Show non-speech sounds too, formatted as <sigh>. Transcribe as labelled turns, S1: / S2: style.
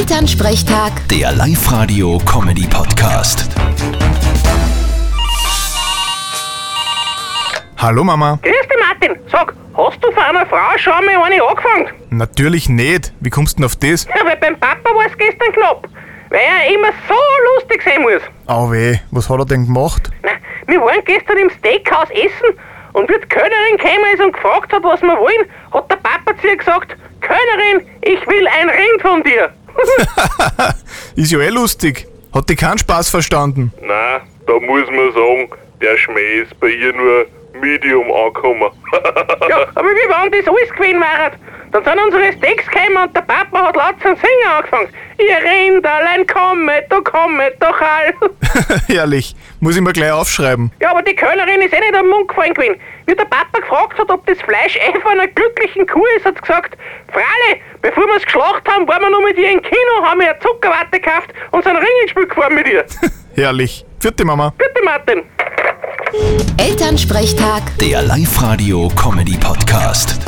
S1: Elternsprechtag,
S2: Der Live-Radio-Comedy-Podcast.
S3: Hallo Mama.
S4: Grüß dich, Martin. Sag, hast du von einer Frau schon mal eine angefangen?
S3: Natürlich nicht. Wie kommst du denn auf das?
S4: Ja, weil beim Papa war es gestern knapp. Weil er immer so lustig sein muss.
S3: Au weh, was hat er denn gemacht?
S4: Na, wir waren gestern im Steakhouse essen und wie die Kölnerin gekommen ist und gefragt hat, was wir wollen, hat der Papa zu ihr gesagt, Kölnerin, ich will ein Rind von dir.
S3: Ist ja eh lustig. Hat die keinen Spaß verstanden. <laughs>
S5: Nein, da muss man sagen, der Schmäh ist bei ihr nur medium angekommen. <laughs>
S4: ja, aber wie wenn das alles gewesen wäre? Dann sind unsere Steaks gekommen und der Papa hat laut zum Singen angefangen. Ihr Rinderlein, kommet, du kommet, doch all.
S3: Herrlich. Muss ich mir gleich aufschreiben.
S4: Ja, aber die Kölnerin ist eh nicht am Mund gefallen gewesen. Wie der Papa gefragt hat, ob das Fleisch eh von einer glücklichen Kuh ist, hat sie gesagt, Frale, bevor wir es geschlacht haben, waren wir noch mit ihr im Kino, haben wir eine Zuckerwatte gekauft und sind Ring ins Spiel gefahren mit ihr. <laughs>
S3: Herrlich. Vierte Mama.
S4: Bitte, Martin.
S1: Elternsprechtag.
S2: Der Live-Radio-Comedy-Podcast.